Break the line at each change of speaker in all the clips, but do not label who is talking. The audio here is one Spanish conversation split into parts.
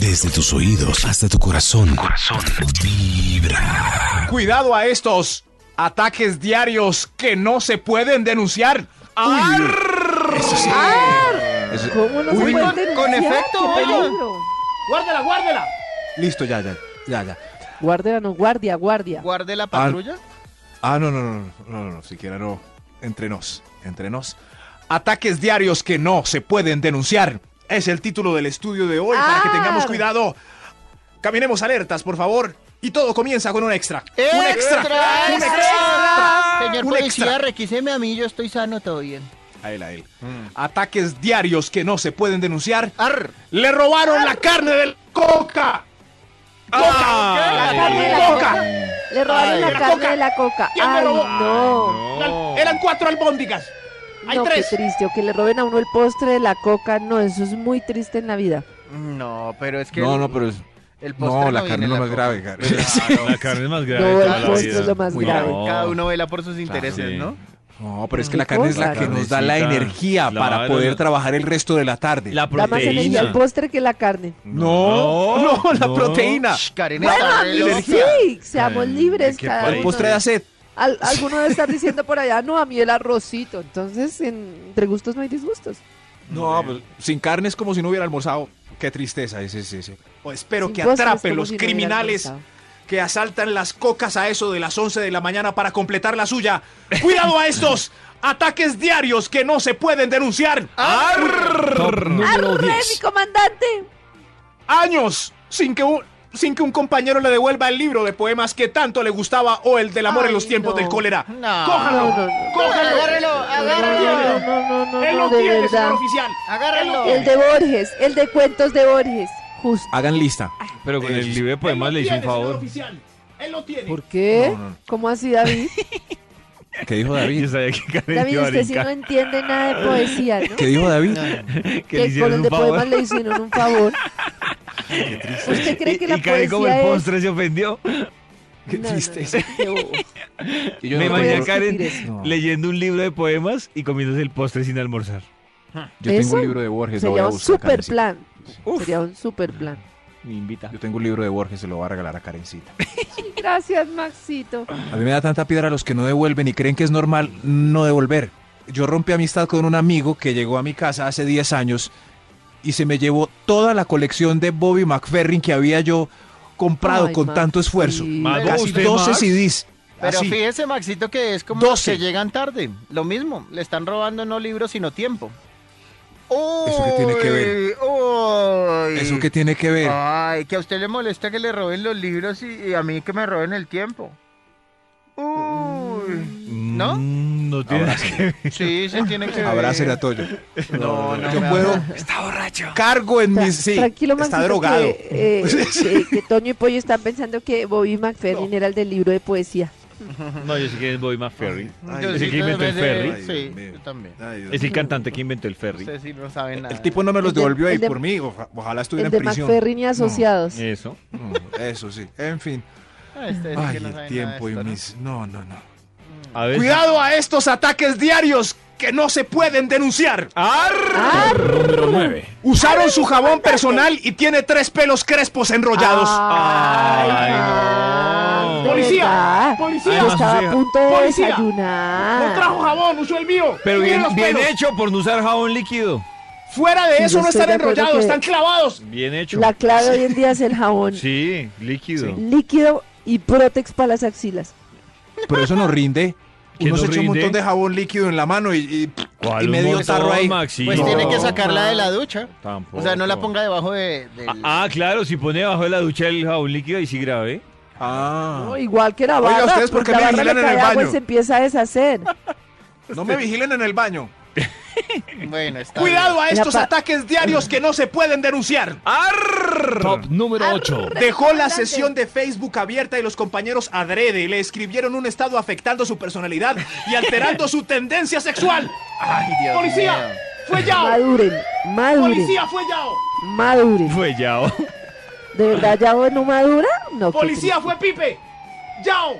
Desde tus oídos hasta tu corazón. Corazón. Vibra.
Cuidado a estos ataques diarios que no se pueden denunciar. ¡Arr!
Eso sí.
Eso-
¿Cómo no se
Uy,
puede
con-
denunciar?
con efecto,
¡Qué
oiga.
peligro!
¡Guárdela, guárdela! Listo, ya, ya, ya, ya.
Guardia, no, guardia, guardia.
¿Guarde la patrulla?
Ah, no, no, no, no, no, no, no, siquiera no. Entre nos, entre nos. Ataques diarios que no se pueden denunciar. Es el título del estudio de hoy para que tengamos
Ah.
cuidado. Caminemos alertas, por favor. Y todo comienza con un extra.
¡Extra!
Un extra. Un
¡Extra!
extra.
Señor
Un
policía,
extra.
requíseme a mí, yo estoy sano, todo bien.
A él, a él. Ataques diarios que no se pueden denunciar.
Arr.
¡Le robaron la carne del coca! ¡Coca!
Ah,
La
Ah, ¡La
carne de
carne
la
del
coca.
coca!
Le robaron
Ay,
la
la
carne
coca.
de la coca.
¿Quién me
Ay,
robó?
no.
Eran- Eran cuatro albóndigas. Hay
no,
tres.
qué triste. O que le roben a uno el postre de la coca. No, eso es muy triste en la vida.
No, pero es que.
No,
el-
no, pero es.
el postre
No, la
viene
carne
en
no es
la
más
coca.
grave, Gary.
La carne es más grave.
No,
de
el
toda la
postre
vida.
es lo más
Muy
grave.
No.
Cada uno vela por sus intereses,
sí.
¿no?
No, pero es que
¿Qué
la carne es la
cosa?
que nos da la
Carnecita,
energía para
claro.
poder trabajar el resto de la tarde.
La
Da más energía
proteína.
el postre que la carne.
No, no,
No,
la
no.
proteína.
Shh, Karen
Bueno,
está re
amigos,
loca.
sí, seamos
Ay,
libres.
qué
Cada
país.
El
uno
postre
de-
de sed.
Al- alguno debe estar diciendo por allá, no, a mí el arrocito. Entonces, en- entre gustos no hay disgustos.
No, pues, sin carne es como si no hubiera almorzado. Qué tristeza es ese. ese. O Pues espero
Sin
que
postre es
atrapen
como
los
si no hubiera
criminales
almorzado.
que asaltan las cocas a eso de las 11 de la mañana para completar la suya. ¡Cuidado a estos! Ataques diarios que no se pueden denunciar.
Top número
¡Arre,
10.
mi comandante!
años sin que un, sin que un compañero le devuelva el libro de poemas que tanto le gustaba o el del amor
Ay,
en los tiempos
no.
del cólera.
No.
¡Cójalo!
No, no, no.
¡Cójalo!
Agárrelo,
No,
agárrelo.
no, no, no,
¡Él
no,
lo
de
tiene,
verdad.
señor oficial!
Agárralo.
El de Borges, el de cuentos de Borges. Justo.
Hagan lista.
Pero con
Eso.
el libro de poemas
Él lo
le hizo un
tiene, señor
favor.
oficial. Él lo tiene.
¿Por qué?
No, no, no.
¿Cómo así, David?
¿Qué dijo
Yo sabía que Karen
David,
iba a
usted sí no
brincar.
entiende nada de poesía, ¿no?
¿Qué dijo David?
Que le
Que con
hicieron
el
un
de
favor.
poemas le hicieron un favor. ¿Usted cree que
Y-
la
y Karen como el
poesía es-
postre se ofendió.
Qué
No, no,
tristeza.
no, qué bobo.
Yo
Me
no
imaginé a
puedo
Karen
discutir eso.
No.
leyendo un libro de poemas y comiéndose el postre sin almorzar.
Yo tengo
¿Eso?
un libro de Borges, lo voy
Sería
a
un
buscar.
super
Karencita.
plan. Sería un super plan.
Me invita.
Yo tengo un libro de Borges, se lo voy a regalar a Karencita.
Gracias, Maxito.
A mí me da tanta piedra a los que no devuelven y creen que es normal no devolver. Yo rompí amistad con un amigo que llegó a mi casa hace 10 años y se me llevó toda la colección de Bobby McFerrin que había yo comprado
Ay,
con
Max,
tanto esfuerzo.
sí.
Mago,
Casi
¿usted,
12
Max?
CDs.
Pero
así.
fíjese, Maxito, que es como los
12.
que llegan tarde. Lo mismo, le están robando no libros, sino tiempo.
¿Eso qué tiene que ver?
Uy, uy.
¿Eso qué tiene que ver?
Ay, que a usted le molesta que le roben los libros y, y a mí que me roben el tiempo. Uy. ¿No?
Mm, No tiene nada que ver.
Sí, se tiene que ver.
Abracen a Toyo.
No, no.
Yo
me
puedo...
abra-
Está borracho. Cargo en
Tra-
mis... Sí,
tranquilo, Maxito,
está drogado.
Que, eh, que- que Toño y Pollo están pensando que Bobby McFerrin era el del libro de poesía.
No, yo sé que es Bobby McFerry.
Yo
Es
sí
el que inventó el
también-
ferry.
Sí,
Ay, Dios
yo
mío.
también.
Es el cantante que inventó el ferry.
Ustedes sí no saben nada.
El tipo no me los
El de-
devolvió ahí
el de-
por mí. oja- Ojalá estuviera
El
en
de
prisión.
McFerrin y asociados.
Eso.
No, eso sí. En fin.
Ah, ustedes sí que
Ay,
no
el
saben
tiempo y
nada de esto,
mis... No, no, no.
A veces.
Cuidado a estos ataques diarios que no se pueden denunciar.
Número 9.
Usaron su jabón personal y tiene tres pelos crespos enrollados.
Ah.
Ay, no.
de
Policía,
verdad.
policía.
Yo estaba
Policía,
a punto de
policía.
desayunar.
No trajo jabón, usó el mío.
Pero
Miren
bien,
los
bien
pelos.
hecho por no usar jabón líquido.
Fuera de
Sí,
eso
yo
no
estoy
están
de acuerdo
enrollados,
que-
están clavados.
Bien hecho.
La clave hoy en día es el jabón
Sí, líquido.
líquido y Protex para las axilas.
Pero eso no rinde.
¿Que
Uno
no
se echa un
rinde?
montón de jabón líquido en la mano y, y,
¿Cuál
y
un
medio
montón,
tarro ahí.
Maxito?
Pues
No.
tiene que sacarla de la ducha.
Tampoco.
O sea, no la ponga debajo de, del-
Ah, ah, claro, si pone debajo de la ducha el jabón líquido y sí grave.
Ah.
No, igual que la
Oiga,
barra.
¿ustedes por qué
la
me
barra
vigilan
le
en
cae
el
agua y
baño?
se empieza a deshacer.
No me vigilen en el baño.
Bueno, está
Cuidado a
La
estos
pa-
ataques diarios que no se pueden denunciar.
Top número 8.
Dejó la sesión de Facebook abierta y los compañeros adrede le escribieron un estado afectando su personalidad y alterando su tendencia sexual.
Ay, Dios
¡Policía!
mío.
¡Fue Yao!
Maduren, maduren,
¡Policía, fue Yao!
maduren.
Fue ya. oh.
¿De verdad ya vos no madura? No, qué
¡Policía, fue Pipe! ¡Yao!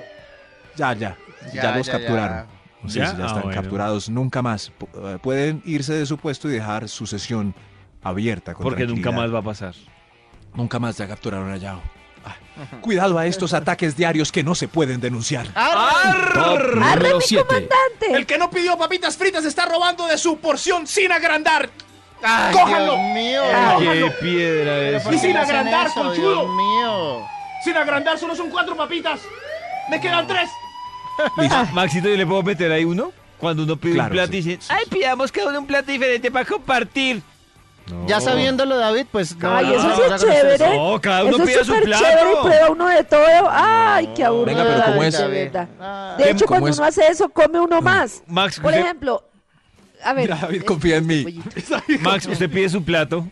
Ya, ya. Ya, los capturaron. Sí,
¿Ya?
sí,
Ah,
están
bueno.
capturados. Nunca más. P- eh, pueden irse de su puesto y dejar su sesión abierta. con
Porque nunca
tranquilidad.
más va a pasar.
Nunca más ya capturaron a Yao. Ah, cuidado a estos ataques diarios que no se pueden denunciar.
Top
¡Arre,
número
mi
7.
comandante!
El que no pidió papitas fritas está robando de su porción sin agrandar.
¡Ay,
¡Cójalo!
Dios mío!
¡Qué piedra
Pero
es!
¿por qué
Y sin
me hacen
agrandar,
eso,
conchudo.
Dios mío.
Sin agrandar solo son cuatro papitas. Me quedan tres.
Listo. Maxito, ¿yo le puedo meter ahí uno? Cuando uno pide
Claro,
un plato
sí.
y dice, ¡ay, pidamos cada uno un plato diferente para compartir! No.
Ya sabiéndolo, David, pues... no,
Ay,
no,
eso
no,
sí
no,
es
no, no,
chévere.
No, cada uno
Eso
pide
es
su
súper
plato.
chévere y prueba uno de todo. Ay, qué aburrido.
Venga, pero ¿cómo
David,
es?
de verdad.
Ah.
De hecho,
¿Cómo
cuando
es?
uno hace eso, come uno más.
Max,
Por
usted-
ejemplo, a ver.
Mira, David,
eh,
confía en mí.
pollito.
Max, usted pide su plato,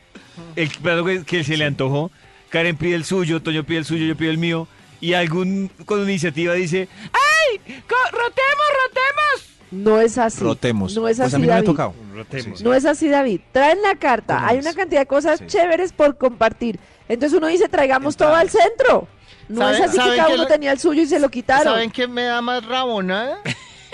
el plato que, que se le antojó. Karen pide el suyo, Toño pide el suyo, yo pido el mío. Y algún con iniciativa dice, ¡ay! co- ¡Rotemos,
No es así.
Rotemos.
No es así,
Pues a mí no me ha
David.
tocado.
rotemos! Rotemos.
No es así, David. Traen la carta.
¿Cómo
Hay
es?
una cantidad de cosas
Sí.
chéveres por compartir. Entonces uno dice, traigamos todo al centro. No
¿Saben-
es así que
saben
cada
que
uno
lo-
tenía el suyo y se lo quitaron.
¿Saben qué me da más rabonada?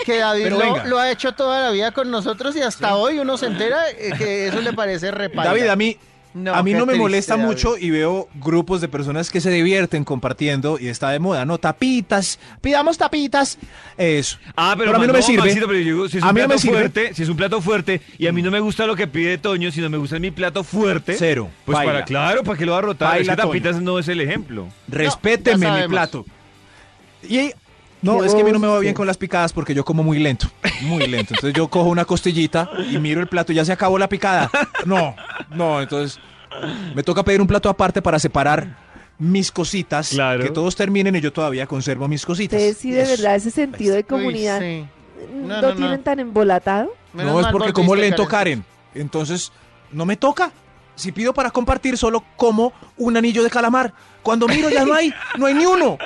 Que David
Pero
lo,
venga.
lo ha hecho toda la vida con nosotros y hasta hoy uno se entera eh, que eso le parece repaida.
David, a mí
No,
a mí
qué
no me
triste,
molesta
David.
mucho y veo grupos de personas que se divierten compartiendo y está de moda, ¿no? Tapitas, pidamos tapitas. Eso.
Ah, pero,
a mí no, me sirve.
Maxito, pero yo digo, si es un
A mí no
plato
me sirve.
fuerte, si es un plato fuerte y a mí no me gusta lo que pide Toño, sino me gusta mi plato fuerte.
Cero.
Pues
Baila.
para claro, para que lo va a rotar.
Baila,
Es que
Toño.
tapitas no es el ejemplo.
No, ya
Respéteme mi
sabemos.
plato. Y no,
Qué
es que a mí no me va
bobos
bien
ustedes.
con las picadas porque yo como muy lento, muy lento. Entonces yo cojo una costillita y miro el plato, ya se acabó la picada. No, no, entonces me toca pedir un plato aparte para separar mis cositas,
Claro.
que todos terminen y yo todavía conservo mis cositas.
Ustedes sí, de
Eso.
verdad, ese sentido de
Uy,
comunidad.
sí.
¿No,
No, no,
tienen
no.
tan embolatado?
Menos
no es
mal
porque
volviste,
como lento Karen. Entonces, no me toca. Si pido para compartir, solo como un anillo de calamar. Cuando miro ya no hay, no hay ni uno.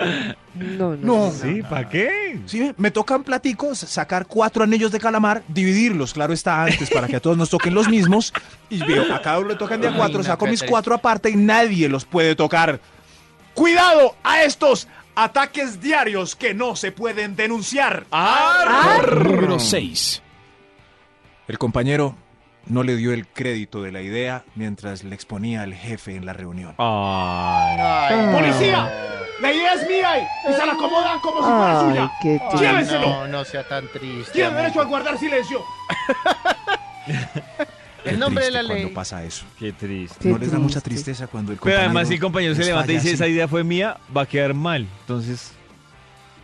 No, no.
No.
no, no.
Sí, ¿para qué?
Sí, me- me tocan platicos, sacar cuatro anillos de calamar, dividirlos, claro está antes, para que a todos nos toquen los mismos. Y veo, a cada uno le tocan de a
Ay,
cuatro,
no,
saco
qué
mis
triste.
cuatro aparte y nadie los puede tocar. ¡Cuidado a estos ataques diarios que no se pueden denunciar!
Número 6.
El compañero no le dio el crédito de la idea mientras le exponía al jefe en la reunión.
Ah.
Ay.
Ay,
Ah.
¡Policía! La idea es mía y se la acomodan como si fuera
Ay,
suya.
qué
Ay,
triste.
Lléveselo.
No, no sea tan triste.
Tiene
amigo.
derecho a guardar silencio.
El nombre de la ley.
Cuando pasa eso.
Qué triste.
Qué
no les da mucha
triste.
tristeza cuando el compañero.
Pero además, si el compañero se
les
levanta y
falla
dice,
así.
esa idea fue mía, va a quedar mal. Entonces,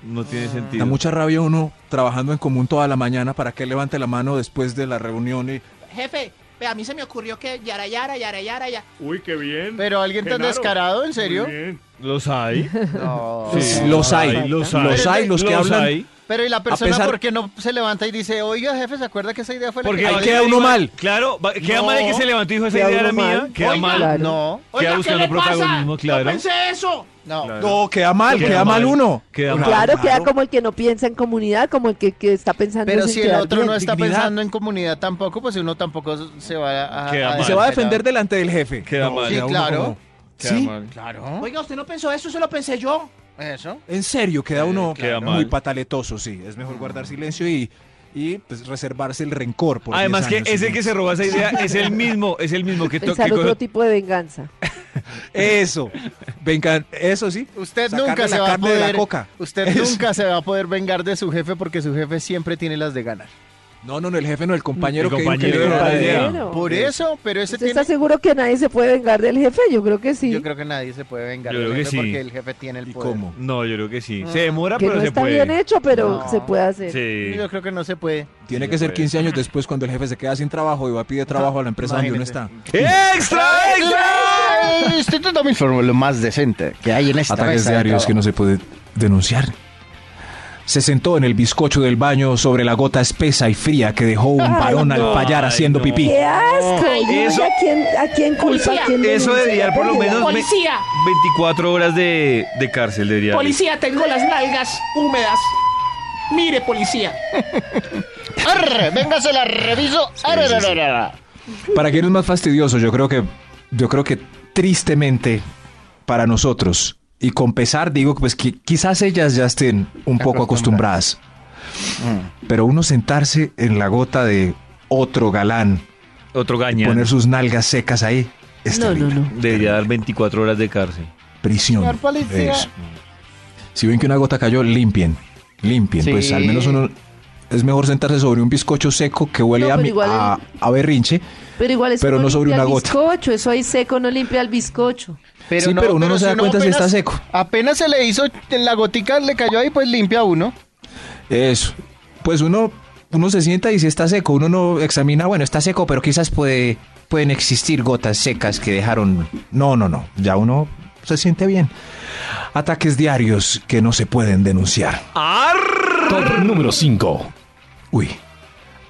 no tiene
Ah.
Da
sentido.
mucha rabia uno trabajando en común toda la mañana para que él levante la mano después de la reunión y.
Jefe, ve, a mí se me ocurrió que yara yara, yara yara, ya-
Uy, qué bien.
Pero alguien tan
Genaro.
descarado, ¿en serio?
Muy bien.
¿Los hay?
No.
Sí.
Los hay.
Los hay.
Los hay, los que hablan.
hay.
Pero ¿y la persona
pesar-
por qué no se levanta y dice, oiga, jefe, ¿se acuerda que esa idea fue la
Porque
que...
Ahí
va-
queda uno mal.
Claro, va- queda
No.
mal el que se levantó y dijo, esa
Queda
idea era
uno
mía.
mal.
Queda
Oiga.
mal.
Claro.
No,
Queda
Oiga, ¿qué
buscando
le pasa?
protagonismo, claro.
No pensé eso.
no.
Claro.
No, "Oh, queda mal,
Queda
queda, mal,
mal.
uno.
Queda mal.
Claro,
Claro.
queda como el que no piensa en comunidad, como el que, que está pensando
Pero
es en
si el
quedar
otro
bien.
no está
dignidad.
pensando en comunidad tampoco, pues uno tampoco se va a... a-
Queda mal.
Y se va a defender delante del jefe.
Queda mal.
Sí,
queda uno
claro.
como-
Queda
sí,
mal.
Claro.
Oiga, usted no pensó eso, eso lo pensé yo.
Eso.
en serio, queda uno
queda
muy
mal.
pataletoso, sí. Es mejor guardar silencio y, y, pues, reservarse el rencor. Por
Además
10
que
años
ese que
siguientes.
se robó esa idea es el mismo, es el mismo que, to-
Pensar
que coge-
otro tipo de venganza.
Eso. Vengan, eso sí.
Usted
Sacarle
nunca
la
se va a
carne de la
poder...
coca.
Usted
Eso.
nunca se va a poder vengar de su jefe porque su jefe siempre tiene las de ganar.
No, no, no, el jefe no, el compañero
El
que
compañero
que le
de
dio
la
la idea.
idea.
Pero,
Por eso, pero ese
¿Usted
tiene...
está seguro que nadie se puede vengar del jefe? Yo creo que sí.
Yo creo que nadie se puede vengar
Yo
del
creo que
jefe
sí.
porque el jefe tiene el
¿Y
poder.
cómo?
No, yo creo que sí. Se demora,
Ah. que
Ah, pero
no
se
está
puede.
bien hecho, pero
No.
se puede hacer.
Sí.
Yo creo que no se puede.
Tiene
Sí, pues.
que ser
puede.
15 años después cuando el jefe se queda sin trabajo y va a pedir trabajo a la empresa donde uno está.
Imagínese.
¡Extra, extra!
Estoy tratando mi lo más decente que hay en esta
Ataques
mesa de
diarios que
trabajo.
no se puede denunciar. Se sentó en el bizcocho del baño sobre la gota espesa y fría que dejó un
Ay,
varón
no.
al fallar haciendo
Ay, no.
pipí.
¡Qué asco!
Ay,
Yo no sé
eso-
¿A quién, a quién culpa?
Policía.
¿A quién
Eso
denuncia?
debería por lo
Porque
menos- me-
Policía,
24 horas de, de cárcel debería.
policía, tengo las nalgas húmedas. Mire, policía.
Arre, venga, se la reviso. Arre, arre, arre, arre.
Para quien es más fastidioso, yo creo que, yo creo que tristemente para nosotros, y con pesar digo pues que quizás ellas ya estén un poco acostumbradas.
Mm.
Pero uno sentarse en la gota de otro galán
Otro
y
gaña.
poner sus nalgas secas ahí. Es
No, no,
terrible.
no.
Debería dar 24 horas de cárcel.
Prisión.
Señor policía.
Eso. Si ven que una gota cayó, limpien. Limpien.
Sí.
Pues al menos uno. Es mejor sentarse sobre un bizcocho seco que huele
No,
a,
pero
mi-
igual-
a, a berrinche.
Pero igual eso
Pero no sobre
limpia
una
el
gota.
bizcocho, eso ahí seco no limpia el bizcocho.
Sí, pero uno no se da cuenta si está
apenas-
seco.
Apenas se le hizo la gotica, le cayó ahí, pues limpia uno.
Eso. Pues uno, uno se sienta y si está seco, uno no examina, bueno, está seco, pero quizás puede, pueden existir gotas secas que dejaron. No, no, no. Ya uno se siente bien. Ataques diarios que no se pueden denunciar.
Top número 5.
Uy.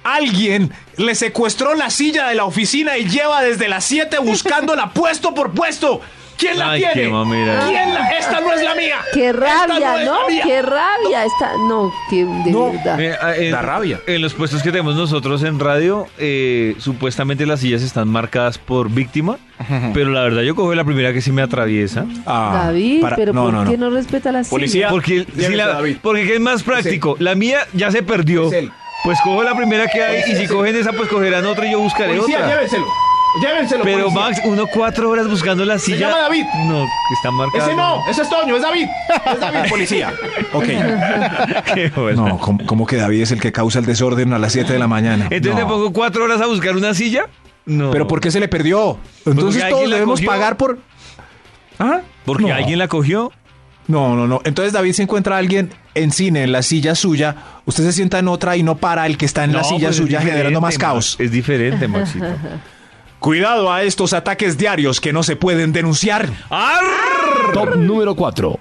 Alguien le secuestró la silla de la oficina y lleva desde las 7 buscándola puesto por puesto. ¿Quién la
Ay,
tiene?
qué mamera.
¿Quién la- Esta no es la mía.
Qué
Esta
rabia,
es
¿no?
la mía.
Qué rabia esta. No, que de
No.
verdad.
Eh, ah, en-
Da rabia.
En los puestos que tenemos nosotros en radio, eh, supuestamente las sillas están marcadas por víctima, pero la verdad yo cojo la primera que sí me atraviesa.
Ah,
David,
para-
pero
no,
¿por
no, no.
qué no respeta la silla?
Policía.
Porque,
Ya
si
ves,
la-
David.
porque ¿qué es más práctico, la mía ya se perdió.
Es él.
Pues cojo la primera que hay y si cogen esa, pues cogerán otra y yo buscaré otra.
llévenselo. Llévenselo.
Pero Max, uno cuatro horas buscando la silla.
llama David.
No, que está marcada.
ese es Toño, es David. Es David, policía.
Ok.
Qué bueno.
No, como que David es el que causa el desorden a las 7 de la mañana?
Entonces
No.
le pongo cuatro horas a buscar una silla. No.
¿Pero por qué se le perdió? Entonces
alguien
todos
la
debemos
cogió.
pagar por... ¿Ah?
Porque
no.
alguien la cogió.
No, no, no. Entonces David se encuentra a alguien en cine, en la silla suya. Usted se sienta en otra y no para el que está en la
No,
silla
pues es
suya
diferente,
generando más
Max.
caos.
Es diferente, Maxito.
Eh, Cuidado a estos ataques diarios que no se pueden denunciar.
Arr.
Top número 4.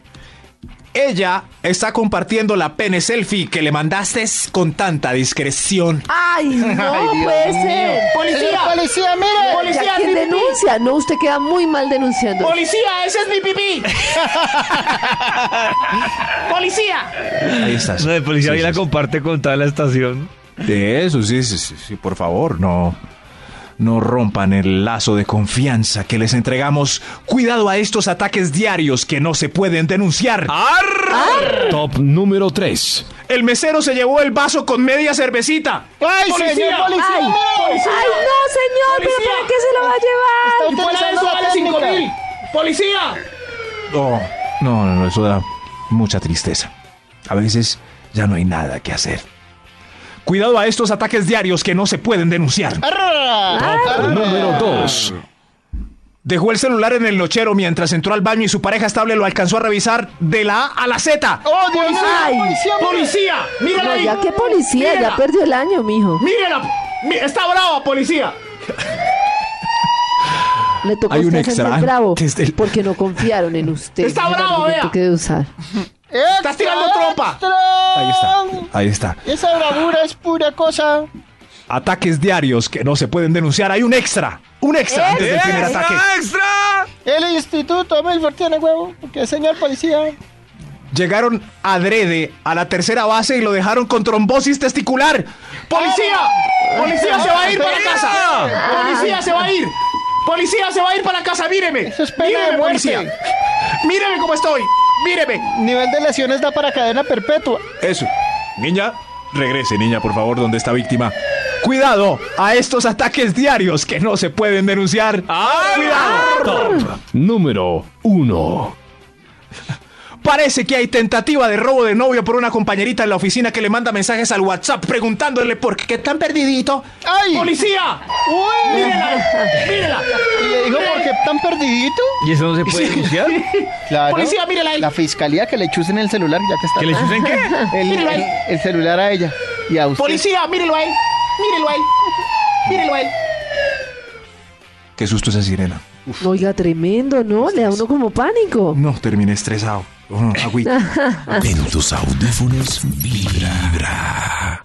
Ella está compartiendo la pene selfie que le mandaste con tanta discreción.
Ay, no
Ay, Dios
puede
mío.
ser.
Señor
¡Policía!
policía, mire.
Ya, ¿Quién denuncia? No, usted queda muy mal denunciando.
¡Policía! ¡Ese es mi pipí!
Policía.
Ahí estás.
No, el policía
Sí,
ahí
sí,
la
sí.
comparte con toda la estación.
De eso, sí, sí, sí, sí, por favor, no. No rompan el lazo de confianza que les entregamos. Cuidado a estos ataques diarios que no se pueden denunciar.
Top número 3.
El mesero se llevó el vaso con media cervecita.
Ay, señor policía.
Ay, ay, no,
mire.
señor, pero
Policía.
¿para qué se lo va a llevar?
Está utilizando la técnica.
¡Policía!
No, no, no, no, eso da mucha tristeza. A veces ya no hay nada que hacer. Cuidado a estos ataques diarios que no se pueden denunciar.
Ah,
Ah,
Número 2.
Dejó el celular en el nochero mientras entró al baño y su pareja estable lo alcanzó a revisar de la A a la Z.
¡Oh, Dios mío!
Ay.
¡Policía, mire.
¡Policía! ¡Mírala
No,
ahí!
ya que policía,
Mírela.
ya perdió el año, mijo.
¡Mírala! Mi- ¡Está brava, policía!
Le tocó
Hay
a
un
usted hacerse
extra
el bravo
que es el-
porque no confiaron en usted.
Está
Ese
bravo,
argumento
vea.
que debe usar.
¡Estás tirando tropa!
Ahí está, ahí está.
Esa bravura es pura cosa.
Ataques diarios que no se pueden denunciar. Hay un extra. Un extra antes del primer ataque.
¡Extra!
El instituto Milford tiene huevo. Porque, señor policía.
Llegaron adrede a la tercera base y lo dejaron con trombosis testicular.
¡Policía!
Ah.
¡Policía se va a ir para casa!
¡Policía!
¡Policía se va a ir! ¡Policía se va a ir para casa! ¡Míreme!
Eso es pena de
¡Míreme,
muerte.
policía! ¡Míreme cómo estoy! ¡Míreme!
Nivel de lesiones da para cadena perpetua.
Eso. Niña, regrese, niña, por favor, donde está víctima. Cuidado a estos ataques diarios que no se pueden denunciar.
Número 1.
Parece que hay tentativa de robo de novio por una compañerita en la oficina que le manda mensajes al WhatsApp preguntándole por qué tan perdidito.
¡Ay!
¡Policía!
¡Uy!
¡Mírela! ¡Mírela!
Y le dijo, ¿por qué tan perdidito?
¿Y eso no se puede denunciar?
Claro.
¡Policía, mírela ahí!
La fiscalía que le chusen el celular, ya que está.
¿Que le chusen qué?
el, el- el celular a ella y a usted.
¡Policía, mírelo ahí! ¡Mírelo ahí! ¡Mírelo ahí!
Qué susto esa sirena.
Oiga, tremendo, ¿no? Le da uno como pánico.
No, terminé estresado. Oh, agüita.
En tus audífonos vibra.